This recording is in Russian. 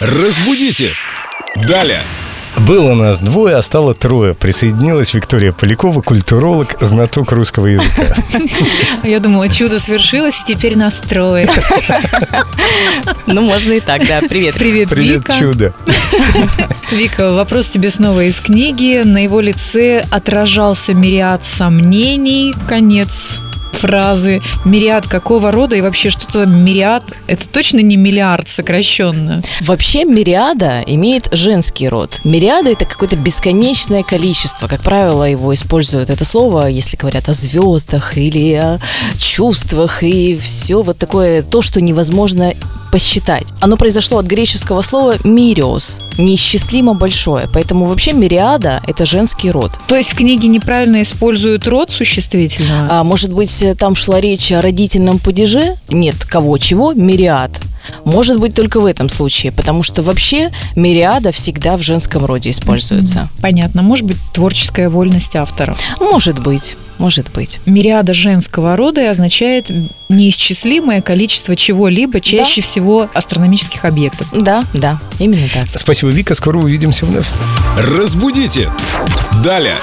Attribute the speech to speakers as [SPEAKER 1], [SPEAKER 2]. [SPEAKER 1] Разбудите! Далее!
[SPEAKER 2] Было нас двое, а стало трое. Присоединилась Виктория Полякова, культуролог, знаток русского языка.
[SPEAKER 3] Я думала, чудо свершилось, и теперь нас трое.
[SPEAKER 4] Ну, можно и так, да. Привет.
[SPEAKER 3] Привет,
[SPEAKER 2] Привет,
[SPEAKER 3] Вика.
[SPEAKER 2] чудо.
[SPEAKER 3] Вика, вопрос тебе снова из книги. На его лице отражался мириад сомнений. Конец фразы. Мириад какого рода и вообще что-то мириад? Это точно не миллиард сокращенно.
[SPEAKER 4] Вообще мириада имеет женский род. Мириада это какое-то бесконечное количество. Как правило, его используют это слово, если говорят о звездах или о чувствах и все вот такое, то, что невозможно посчитать. Оно произошло от греческого слова «мириос», неисчислимо большое. Поэтому вообще мириада – это женский род.
[SPEAKER 3] То есть в книге неправильно используют род существительного?
[SPEAKER 4] А может быть, там шла речь о родительном падеже? Нет, кого чего? Мириад. Может быть, только в этом случае, потому что вообще мириада всегда в женском роде используется.
[SPEAKER 3] Понятно. Может быть, творческая вольность автора.
[SPEAKER 4] Может быть, может быть.
[SPEAKER 3] Мириада женского рода и означает неисчислимое количество чего-либо, чаще всего астрономических объектов.
[SPEAKER 4] Да, да, именно так.
[SPEAKER 2] Спасибо, Вика. Скоро увидимся вновь.
[SPEAKER 1] Разбудите! Далее!